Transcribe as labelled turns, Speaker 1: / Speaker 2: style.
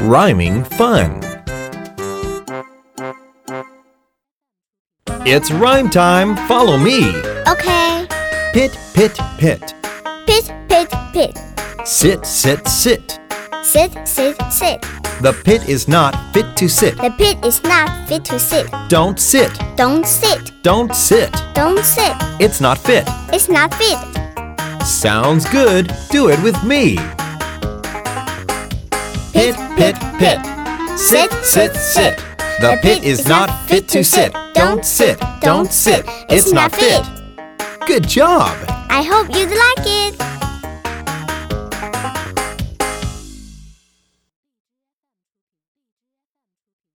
Speaker 1: Rhyming fun. It's rhyme time. Follow me.
Speaker 2: Okay.
Speaker 1: Pit, pit, pit.
Speaker 2: Pit, pit, pit.
Speaker 1: Sit, sit, sit.
Speaker 2: Sit, sit, sit.
Speaker 1: The pit is not fit to sit.
Speaker 2: The pit is not fit to sit.
Speaker 1: Don't sit.
Speaker 2: Don't sit.
Speaker 1: Don't sit.
Speaker 2: Don't sit.
Speaker 1: It's not fit.
Speaker 2: It's not fit.
Speaker 1: Sounds good. Do it with me. Pit, pit, pit. Sit, sit, sit. The pit is not fit to sit. Don't sit. Don't sit. It's not fit. Good job.
Speaker 2: I hope you like it.